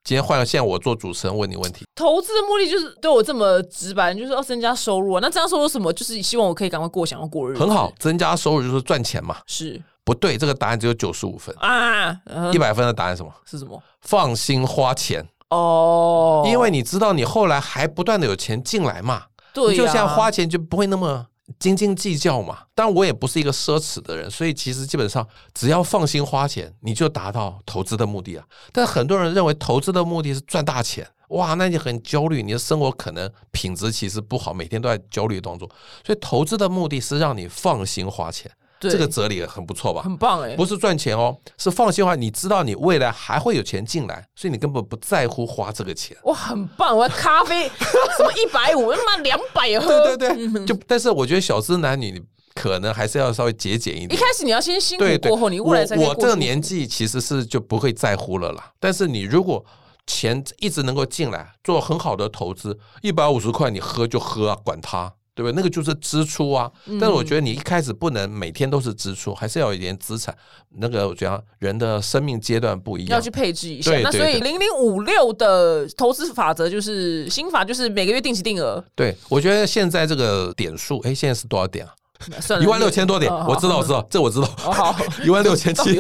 S2: 今天换了现在我做主持人问你问题，
S3: 投资的目的就是对我这么直白，就是要增加收入啊。那增加收入什么？就是希望我可以赶快过想要过日子。
S2: 很好，，增加收入就是赚钱嘛。
S3: 是
S2: 不对，这个答案只有九十五分，
S3: 啊，嗯
S2: 一百分的答案是什么？
S3: 是什么？
S2: 放心花钱，
S3: 哦，
S2: 因为你知道你后来还不断的有钱进来嘛，
S3: 对、
S2: 你
S3: 呀
S2: 就像花钱就不会那么斤斤计较嘛。当然，我也不是一个奢侈的人，所以其实基本上只要放心花钱，你就达到投资的目的啊。但很多人认为投资的目的是赚大钱，哇，那你很焦虑，你的生活可能品质其实不好，每天都在焦虑当中。所以投资的目的是让你放心花钱，
S3: 对
S2: 这个哲理很不错吧？
S3: 很棒哎、
S2: 不是赚钱哦，是放心花。你知道你未来还会有钱进来，所以你根本不在乎花这个钱。
S3: 哇，很棒！我要咖 啡什么一百五，他妈两百喝。
S2: 对对
S3: 嗯
S2: 对，就但是我觉得小资男女你可能还是要稍微节俭一
S3: 一
S2: 点。
S3: 开始你要先辛苦
S2: 对对，
S3: 过后，你未来才可以
S2: 我我
S3: 过
S2: 这个
S3: 去
S2: 年纪其实是就不会在乎了啦。但是你如果钱一直能够进来，做很好的投资，一百五十块你喝就喝啊，管它。对不对？那个就是支出啊，
S3: 嗯
S2: 但是我觉得你一开始不能每天都是支出，还是要有一点资产。那个我觉得人的生命阶段不一
S3: 要
S2: 样
S3: 去，配置一下。
S2: 啊对
S3: 那
S2: 对
S3: 所以
S2: 对
S3: 零零五六的投资法则就是新法，就是每个月定期定额。
S2: 对我觉得现在这个点数，哎，现在是多少点啊？
S3: 算了，
S2: 一万六千多点，
S3: 哦
S2: 我知道，我知道，这我知道。
S3: 哦好，
S2: 一万六千七，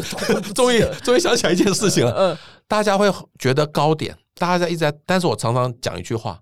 S2: 终于终于想起来一件事情了。
S3: 嗯，
S2: 大家会觉得高点，大家一直在，但是我常常讲一句话：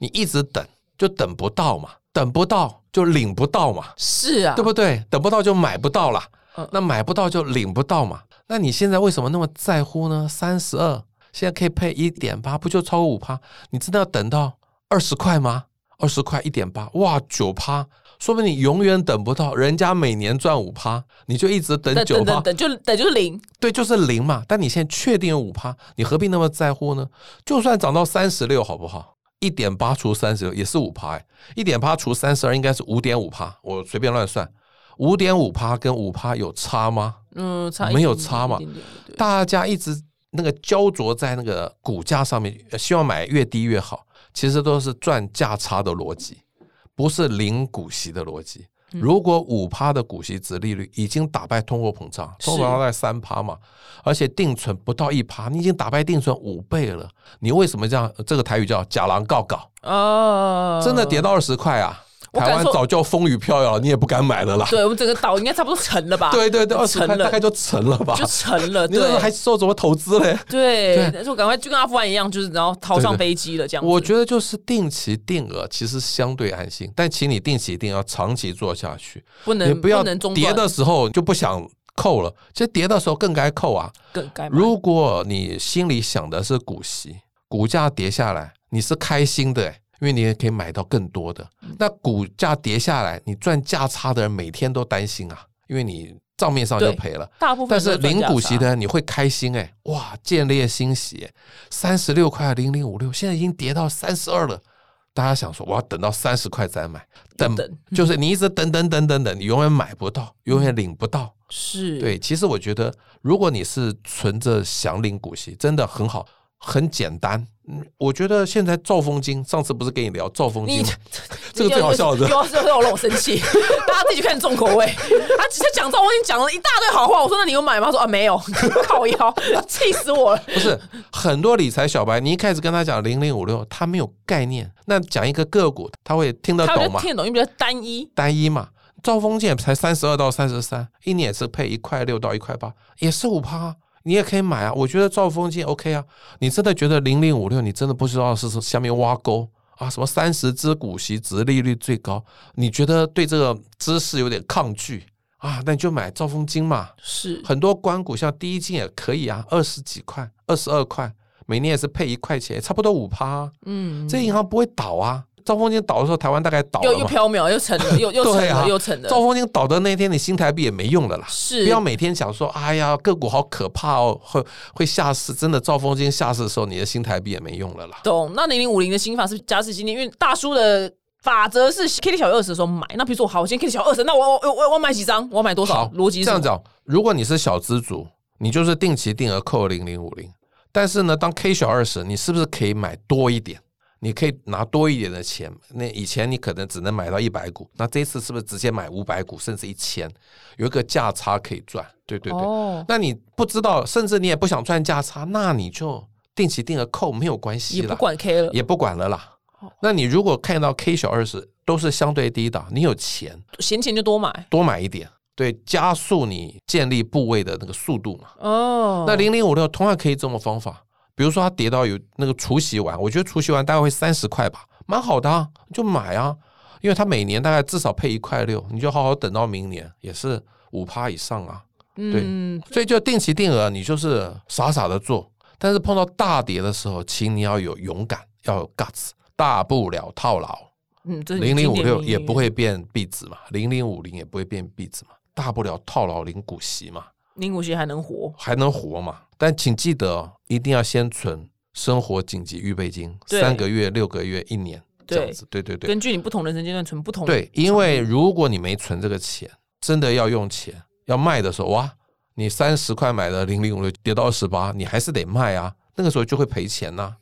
S2: 你一直等，就等不到嘛，等不到就领不到嘛，
S3: 是啊，
S2: 对不对？等不到就买不到啦
S3: 嗯，
S2: 那买不到就领不到嘛。那你现在为什么那么在乎呢？三十二，现在可以配一点八，不就超过五趴？你真的要等到二十块吗？二十块一点八，哇，九趴，说明你永远等不到。人家每年赚五趴，你就一直等
S3: 等
S2: 九
S3: 等
S2: 趴
S3: 等，等，就等就是零，
S2: 对，就是零嘛。但你现在确定有五趴，你何必那么在乎呢？就算涨到三十六，好不好？一点八除三十六也是五趴，哎一点八除三十二应该是五点五趴，我随便乱算，五点五趴跟五趴有差吗？
S3: 嗯，差一
S2: 没有
S3: 点点
S2: 差嘛
S3: 一点点对
S2: 大家一直那个焦灼在那个股价上面，呃希望买越低越好，其实都是赚价差的逻辑，不是零股息的逻辑。
S3: 嗯
S2: 如果五趴的股息值利率已经打败通货膨胀，
S3: 是
S2: 通货膨胀在三趴嘛，而且定存不到一趴，你已经打败定存五倍了，你为什么这样？这个台语叫“假狼告告
S3: 哦”，，
S2: 真的跌到二十块啊！
S3: 我
S2: 台
S3: 感
S2: 湾
S3: 受
S2: 早就风雨飘摇，你也不敢买了啦。
S3: 对我们整个岛应该差不多沉了吧？
S2: 对对对，二十块
S3: 沉了
S2: 大概就成了吧
S3: 就？沉了，
S2: 你那时
S3: 对，
S2: 候还说怎么投资嘞？
S3: 对
S2: 对，
S3: 但是我赶快就跟阿富汗一样，就是然后逃上
S2: 对对
S3: 飞机了这样子。
S2: 我觉得就是定期定额，其实相对安心，但请你定期一定要长期做下去，
S3: 不
S2: 你
S3: 能
S2: 不要
S3: 能中
S2: 跌
S3: 断
S2: 的时候就不想扣了。其实跌的时候更该扣啊。
S3: 更该买
S2: 如果你心里想的是股息，股价跌下来你是开心的、因为你也可以买到更多的。
S3: 嗯
S2: 那股价跌下来，你赚价差的人每天都担心啊，因为你账面上就
S3: 对
S2: 赔了。
S3: 大部分
S2: 但
S3: 都
S2: 是
S3: 赚
S2: 零
S3: 价
S2: 股
S3: 差
S2: 息的你会开心哎、哇，见猎欣喜、三十六块零零五六，现在已经跌到三十二了。大家想说，我要等到三十块再买，等
S3: 等嗯
S2: 就是你一直等等等等等，你永远买不到，永远领不到。
S3: 是
S2: 对，其实我觉得，如果你是存着想领股息，真的很好，很简单。嗯，我觉得现在兆丰金，上次不是跟你聊兆丰金
S3: 你
S2: 吗，这个最好笑的
S3: 又要又要让我生 气，大家自己去看重口味。他只是讲赵我已经讲了一大堆好话，我说那你有买吗？他说啊没有， 靠腰，气死我了。
S2: 不是很多理财小白，你一开始跟他讲零零五六，他没有概念。那讲一个个股，他会听得
S3: 他比
S2: 懂
S3: 较
S2: 吗？
S3: 听得懂，因为比较单一，
S2: 单一嘛，兆丰建才三十二到三十三，一年也是配一块六到一块八，也是五趴、啊，你也可以买啊。我觉得兆丰建 OK 啊，你真的觉得零零五六，你真的不知道是从下面挖沟啊？什么三十只股息值利率最高，你觉得对这个知识有点抗拒？啊，那你就买兆丰金嘛。
S3: 是
S2: 很多关股像第一金也可以啊，二十几块、二十二块，每年也是配一块钱，差不多五趴、啊。
S3: 嗯，
S2: 这银行不会倒啊。兆丰金倒的时候，台湾大概倒
S3: 又
S2: 了
S3: 又
S2: 嘛。
S3: 飘渺，又沉了，又又
S2: 对
S3: 沉
S2: 啊
S3: 了，又沉了。
S2: 兆丰金倒的那天，你新台币也没用了啦。
S3: 是
S2: 不要每天想说，哎呀，个股好可怕哦，会会下市。真的，兆丰金下市的时候，你的新台币也没用了啦。
S3: 懂。那零零五零的新法是加持今天，因为大叔的法则是 K D 小于二十的时候买。那比如说，好，我今天 K D 小二十，那我我我我买几张？我要买多少
S2: 好？，
S3: 逻辑是
S2: 这
S3: 什么
S2: 样讲。如果你是小资族，你就是定期定额扣零零五零，但是呢，当 K 小二十，你是不是可以买多一点？你可以拿多一点的钱，那以前你可能只能买到一百股，那这一次是不是直接买五百股甚至一千，有一个价差可以赚？对对对。
S3: 哦，
S2: 那你不知道，甚至你也不想赚价差，那你就定期定额扣没有关系
S3: 也不
S2: 啦，
S3: 管 K 了，
S2: 也不管了啦
S3: 哦。
S2: 那你如果看到 K 小二十都是相对低档，你有钱，
S3: 闲钱就多买。
S2: 多买一点，对，加速你建立部位的那个速度嘛。
S3: 哦，
S2: 那零零五六同样可以这么方法，比如说它跌到有那个除息完，我觉得除息完大概会三十块吧，蛮好的、啊，就买啊，因为它每年大概至少配一块六，你就好好等到明年也是五趴以上啊，
S3: 嗯，
S2: 所以就定期定额，你就是傻傻的做，但是碰到大跌的时候，请你要有勇敢，要有 guts，大不了套牢。
S3: 嗯，这是
S2: 零零
S3: 经
S2: 五
S3: 典
S2: 六
S3: 名
S2: 也
S3: 言
S2: 不会变币值嘛，零零五零也不会变币值嘛，大不了套牢零股息嘛，
S3: 零股息还能活。
S2: 还能活嘛。但请记得、哦，一定要先存生活紧急预备金，
S3: 对
S2: 三个月、六个月、一年这样子。对对对
S3: 根据你不同人生阶段存不同，
S2: 对，因为如果你没存这个钱，真的要用钱要卖的时候，哇，你三十块买的零零五六跌到二十八，你还是得卖啊，那个时候就会赔钱呐、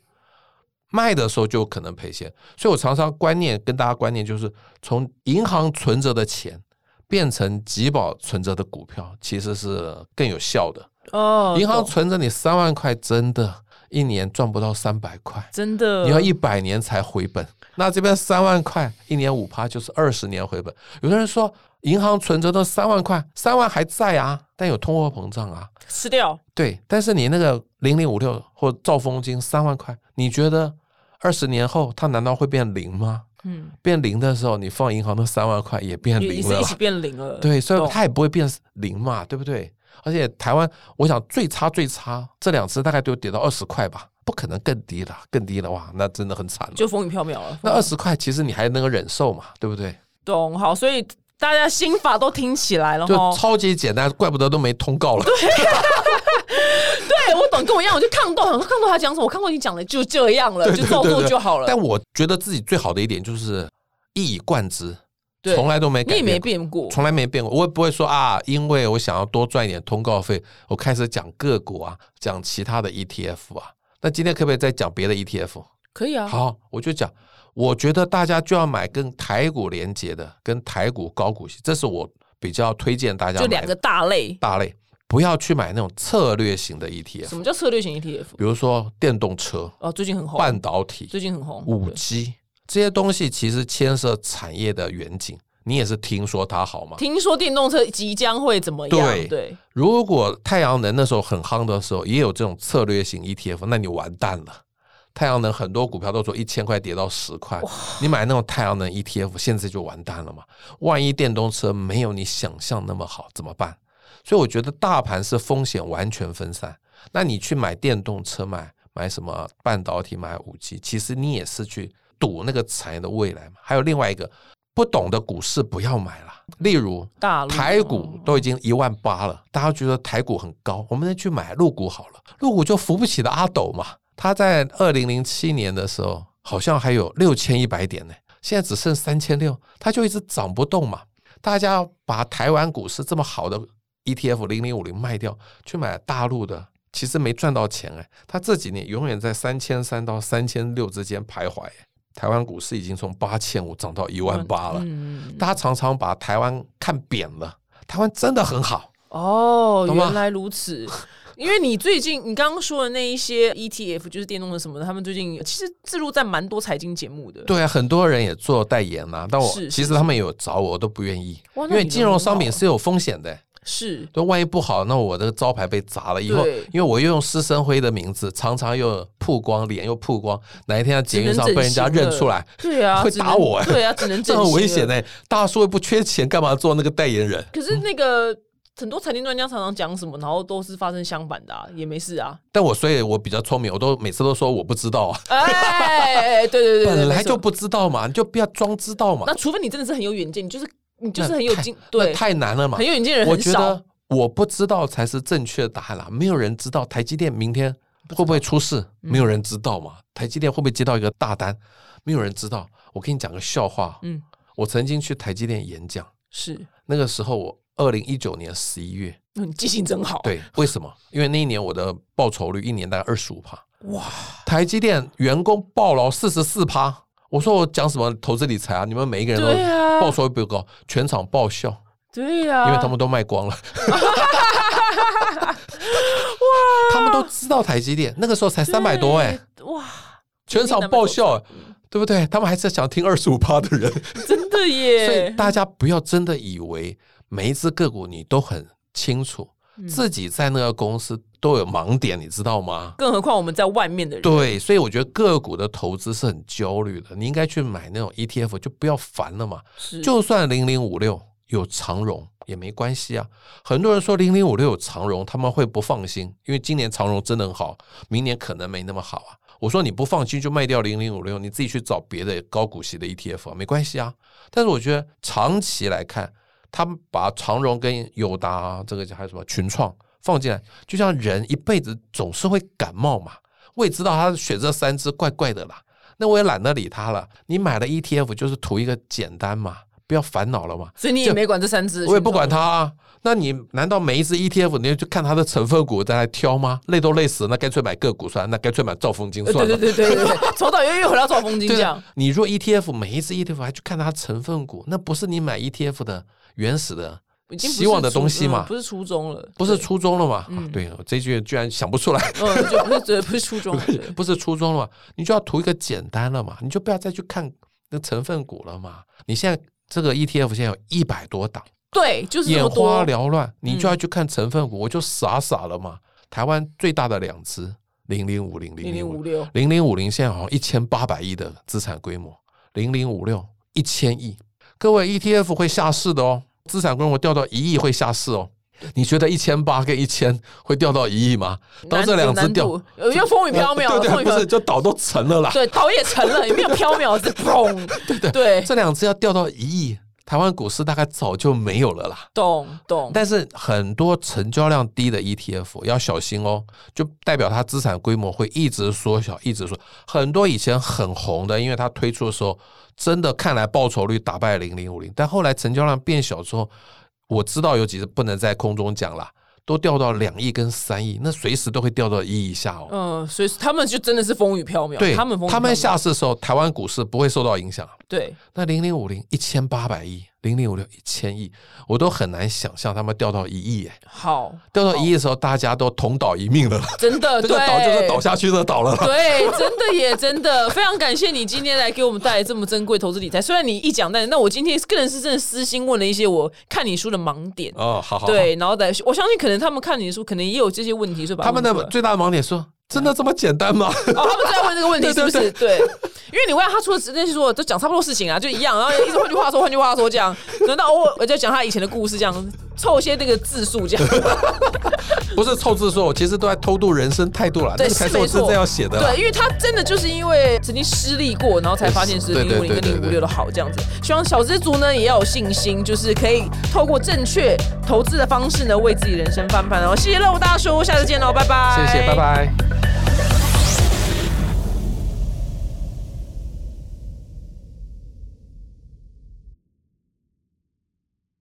S2: 卖的时候就可能赔钱，所以我常常观念跟大家观念就是，从银行存着的钱变成集保存着的股票，其实是更有效的。
S3: 哦，
S2: 银行
S3: 懂
S2: 存着你三万块，真的一年赚不到三百块，
S3: 真的
S2: 你要一百年才回本。那这边三万块，一年五趴就是二十年回本。有的人说，银行存折的三万块，三万还在啊，但有通货膨胀啊。
S3: 吃掉，
S2: 对，但是你那个零零五六或兆丰金三万块，你觉得二十年后它难道会变零吗？
S3: 嗯，
S2: 变零的时候，你放银行的三万块也变
S3: 也
S2: 零
S3: 也是
S2: 了
S3: 一
S2: 啦
S3: 起变零了。
S2: 对，所以
S3: 懂
S2: 它也不会变零嘛，对不对？而且台湾，我想最差最差这两次大概都跌到二十块吧，不可能更低了，更低了哇，那真的很惨了。
S3: 就风雨飘渺了。
S2: 那二十块其实你还能够忍受嘛，对不对？
S3: 懂好，所以大家心法都听起来了
S2: 就
S3: 哈。
S2: 超级简单，怪不得都没通告了。
S3: 对，我懂，跟我一样，我就抗斗，想说抗斗他讲什么，我抗斗你讲的就这样了，
S2: 对
S3: 就
S2: 对
S3: 照
S2: 对
S3: 做
S2: 对
S3: 就好了
S2: 但。我觉得自己最好的一点就是一以贯之，
S3: 对
S2: 从来都没
S3: 你
S2: 改
S3: 也没
S2: 变。
S3: 变过，
S2: 从来没变过，我也不会说啊，因为我想要多赚一点通告费，我开始讲个股啊，讲其他的 ETF 啊。那今天可不可以再讲别的 ETF？
S3: 可以啊。
S2: 好，我就讲，我觉得大家就要买跟台股连接的，跟台股高股息，这是我比较推荐大家
S3: 就
S2: 买
S3: 两个
S2: 的
S3: 大类。
S2: 大类，不要去买那种策略型的
S3: 什
S2: ETF，
S3: 么叫策略型 ETF？
S2: 比如说电动车、
S3: 哦，最近很红，
S2: 半导体、
S3: 最近很红。
S2: 五
S3: 对
S2: G 这些东西，其实牵涉产业的远景。你也是听说它好吗？
S3: 听说电动车即将会怎么样？
S2: 对
S3: 对，
S2: 如果太阳能那时候很夯的时候，也有这种策略型 ETF，那你完蛋了。太阳能很多股票都从一千块跌到十块，你买那种太阳能 ETF，现在就完蛋了嘛。万一电动车没有你想象那么好，怎么办？所以我觉得大盘是风险完全分散。那你去买电动车买买什么半导体买五 G，其实你也是去赌那个产业的未来嘛。还有另外一个，不懂的股市不要买啦，例如
S3: 大陆
S2: 台股都已经一万八了，大家觉得台股很高，我们再去买陆股好了。陆股就扶不起的阿斗嘛，他在二零零七年的时候好像还有六千一百点呢，现在只剩三千六，它就一直涨不动嘛。大家把台湾股市这么好的 ETF 零零五零卖掉，去买大陆的，其实没赚到钱哎，他这几年永远在三千三到三千六之间徘徊哎。台湾股市已经从八千五涨到一万八了，
S3: 嗯，
S2: 大家常常把台湾看扁了，台湾真的很好，
S3: 哦，
S2: 懂吗
S3: 原来如此。 因为你最近你刚刚说的那一些 ETF，就是电动车什么的，他们最近其实自入在蛮多财经节目的。，
S2: 对啊，很多人也做代言呐、但我
S3: 是是
S2: 其实他们有找我，我都不愿意，
S3: 哇
S2: 因
S3: 那你
S2: 为金融商品是有风险的，
S3: 是
S2: 对，万一不好，那我的招牌被砸了以后
S3: 对，
S2: 因为我又用施生辉的名字，常常又曝光脸又曝光，哪一天在捷运上被人家认出来，
S3: 对啊，
S2: 会
S3: 只能
S2: 打我哎
S3: 对啊，只 能
S2: 这
S3: 整
S2: 很
S3: 形
S2: 危险
S3: 了
S2: 呢、大叔又不缺钱，干嘛做那个代言人？
S3: 可是那个很多财经专家常常讲什么，然后都是发生相反的、啊，也没事啊。
S2: 但我所以，我比较聪明，我都每次都说我不知道啊，
S3: 哎，对对对对，
S2: 本来
S3: 没错
S2: 就不知道嘛，你就不要装知道嘛
S3: 那，除非你真的是很有远见，你就是你就是
S2: 那
S3: 很有
S2: 太
S3: 经
S2: 那
S3: 对，
S2: 太难了嘛
S3: 很。有远见的人
S2: 我
S3: 很
S2: 觉
S3: 少
S2: 得。我不知道才是正确的答案啦，没有人知道台积电明天会不会出事，
S3: 嗯
S2: 没有人知道嘛。台积电会不会接到一个大单，没有人知道。我跟你讲个笑话，啊
S3: 嗯，
S2: 我曾经去台积电演讲，
S3: 是，
S2: 那个时候我二零一九年十一月，
S3: 那你记性真好。，
S2: 对，为什么？因为那一年我的报酬率一年大概二十五趴，
S3: 哇，
S2: 台积电员工暴劳四十四趴。我说我讲什么投资理财啊？你们每一个人
S3: 对
S2: 都
S3: 啊，
S2: 报酬率比我高，全场爆笑，
S3: 对啊，
S2: 因为他们都卖光了。 他们都知道台积电，那个时候才三百多哎、
S3: 对，哇，
S2: 全场爆笑、哎对不对？他们还是想听二十五趴的 人，
S3: 真的
S2: 所以
S3: 耶，
S2: 大家不要真的以为每一只个股你都很清楚，自己在那个公司都有盲点，你知道吗？
S3: 更何况我们在外面的人，
S2: 对，所以我觉得个股的投资是很焦虑的，你应该去买那种 ETF，就不要烦了嘛。
S3: 是
S2: 就算零零五六有长荣也没关系啊。很多人说零零五六有长荣，他们会不放心，因为今年长荣真的很好，明年可能没那么好啊。我说你不放心就卖掉零零五六，你自己去找别的高股息的 ETF 啊，没关系啊。但是我觉得长期来看，他们把长荣跟友达、啊这个还有什么群创放进来，就像人一辈子总是会感冒嘛，我也知道他选这三只怪怪的啦，那我也懒得理他了。你买了 ETF 就是图一个简单嘛，不要烦恼了嘛。
S3: 所以你也
S2: 就
S3: 没管这三只，
S2: 我也不管它啊。那你难道每一只 ETF 你就看它的成分股再来挑吗？累都累死了，那干脆买个股算了，那干脆买兆丰金
S3: 呃。
S2: 算了。
S3: 对对对对对对，从导游又回到赵风金
S2: 对
S3: 这
S2: 的
S3: 样，
S2: 你若 ETF 每一只 ETF 还去看它成分股，那不是你买 ETF 的原始的
S3: 已经不是
S2: 希望的
S3: 初
S2: 东西
S3: 嗯
S2: 嘛
S3: 不？是初中了，
S2: 不是
S3: 对，
S2: 初衷了嘛？啊对，我这句居然想不出来。
S3: 嗯，就不是对，不是初中了，对
S2: 不是初中了嘛，你就要图一个简单了嘛，你就不要再去看那成分股了嘛。你现在这个 ETF 现在有一百多档，
S3: 对，就是这
S2: 眼
S3: 么多，
S2: 花
S3: 嗯
S2: 缭乱，你就要去看成分股，我就傻傻了嘛。台湾最大的两只零零五零
S3: 零
S2: 零零
S3: 零五
S2: 五
S3: 六，
S2: 零零五零现在好像一千八百亿的资产规模，零零五六一千亿，各位 ETF 会下市的哦，资产规模掉到一亿会下市哦。你觉得一千八跟一千会掉到一亿吗？当这两只
S3: 难
S2: 掉，
S3: 度，有又风雨飘渺，
S2: 对
S3: 风
S2: 对，
S3: 雨
S2: 不
S3: 飘
S2: 是
S3: 渺，
S2: 就岛都沉了啦。
S3: 对，岛也沉了，也没有飘渺，是砰，对对对，
S2: 这两只要掉到一亿，台湾股市大概早就没有了啦。
S3: 懂懂，
S2: 但是很多成交量低的 ETF 要小心哦，就代表它资产规模会一直缩小，一直缩。很多以前很红的，因为它推出的时候真的看来报酬率打败零零五零，但后来成交量变小之后，我知道有几只不能在空中讲啦，都掉到两亿跟三亿，那随时都会掉到一以下哦。
S3: 嗯，所以他们就真的是风雨飘渺，
S2: 对，
S3: 他们风雨飘渺
S2: 下市的时候，台湾股市不会受到影响。
S3: 对
S2: 那零零五零一千八百亿，零零五六一千亿，我都很难想象他们掉到一亿耶，
S3: 好，
S2: 掉到一亿的时候，大家都同岛一命 了啦，
S3: 真的
S2: 这
S3: 哦对，
S2: 个岛就是倒下去的岛了啦。
S3: 对，真的也真的，非常感谢你今天来给我们带来这么珍贵投资理财。虽然你一讲，但那我今天个人是真的私心问了一些我看你书的盲点，
S2: 哦，好好好，
S3: 对，然后再我相信可能他们看你的书，可能也有这些问题，所以把它
S2: 他们的
S3: 问出来
S2: 最大的盲点说，真的这么简单吗？
S3: 哦，他们就在问这个问题是
S2: 对
S3: 不
S2: 对
S3: 是？对，因为你问他除了那些说都讲差不多事情啊，就一样，然后一直换句话说，换句话说这样，等到我我就讲他以前的故事，这样凑一些那个字数 这样。
S2: 不是凑字说，哦我其实都在偷渡人生态度啦，
S3: 对，
S2: 那个
S3: 是
S2: 才是
S3: 没
S2: 我真
S3: 错，
S2: 正要写的啊啦。
S3: 对，因为他真的就是因为曾经失利过，然后才发现是
S2: 对
S3: 零五零
S2: 对对
S3: 跟零
S2: 对
S3: 五
S2: 对
S3: 六的好这样子。希望小资族呢也要有信心，就是可以透过正确投资的方式呢，为自己人生翻盘哦。谢谢肉大叔，下次见喽，拜拜。
S2: 谢谢，拜。拜。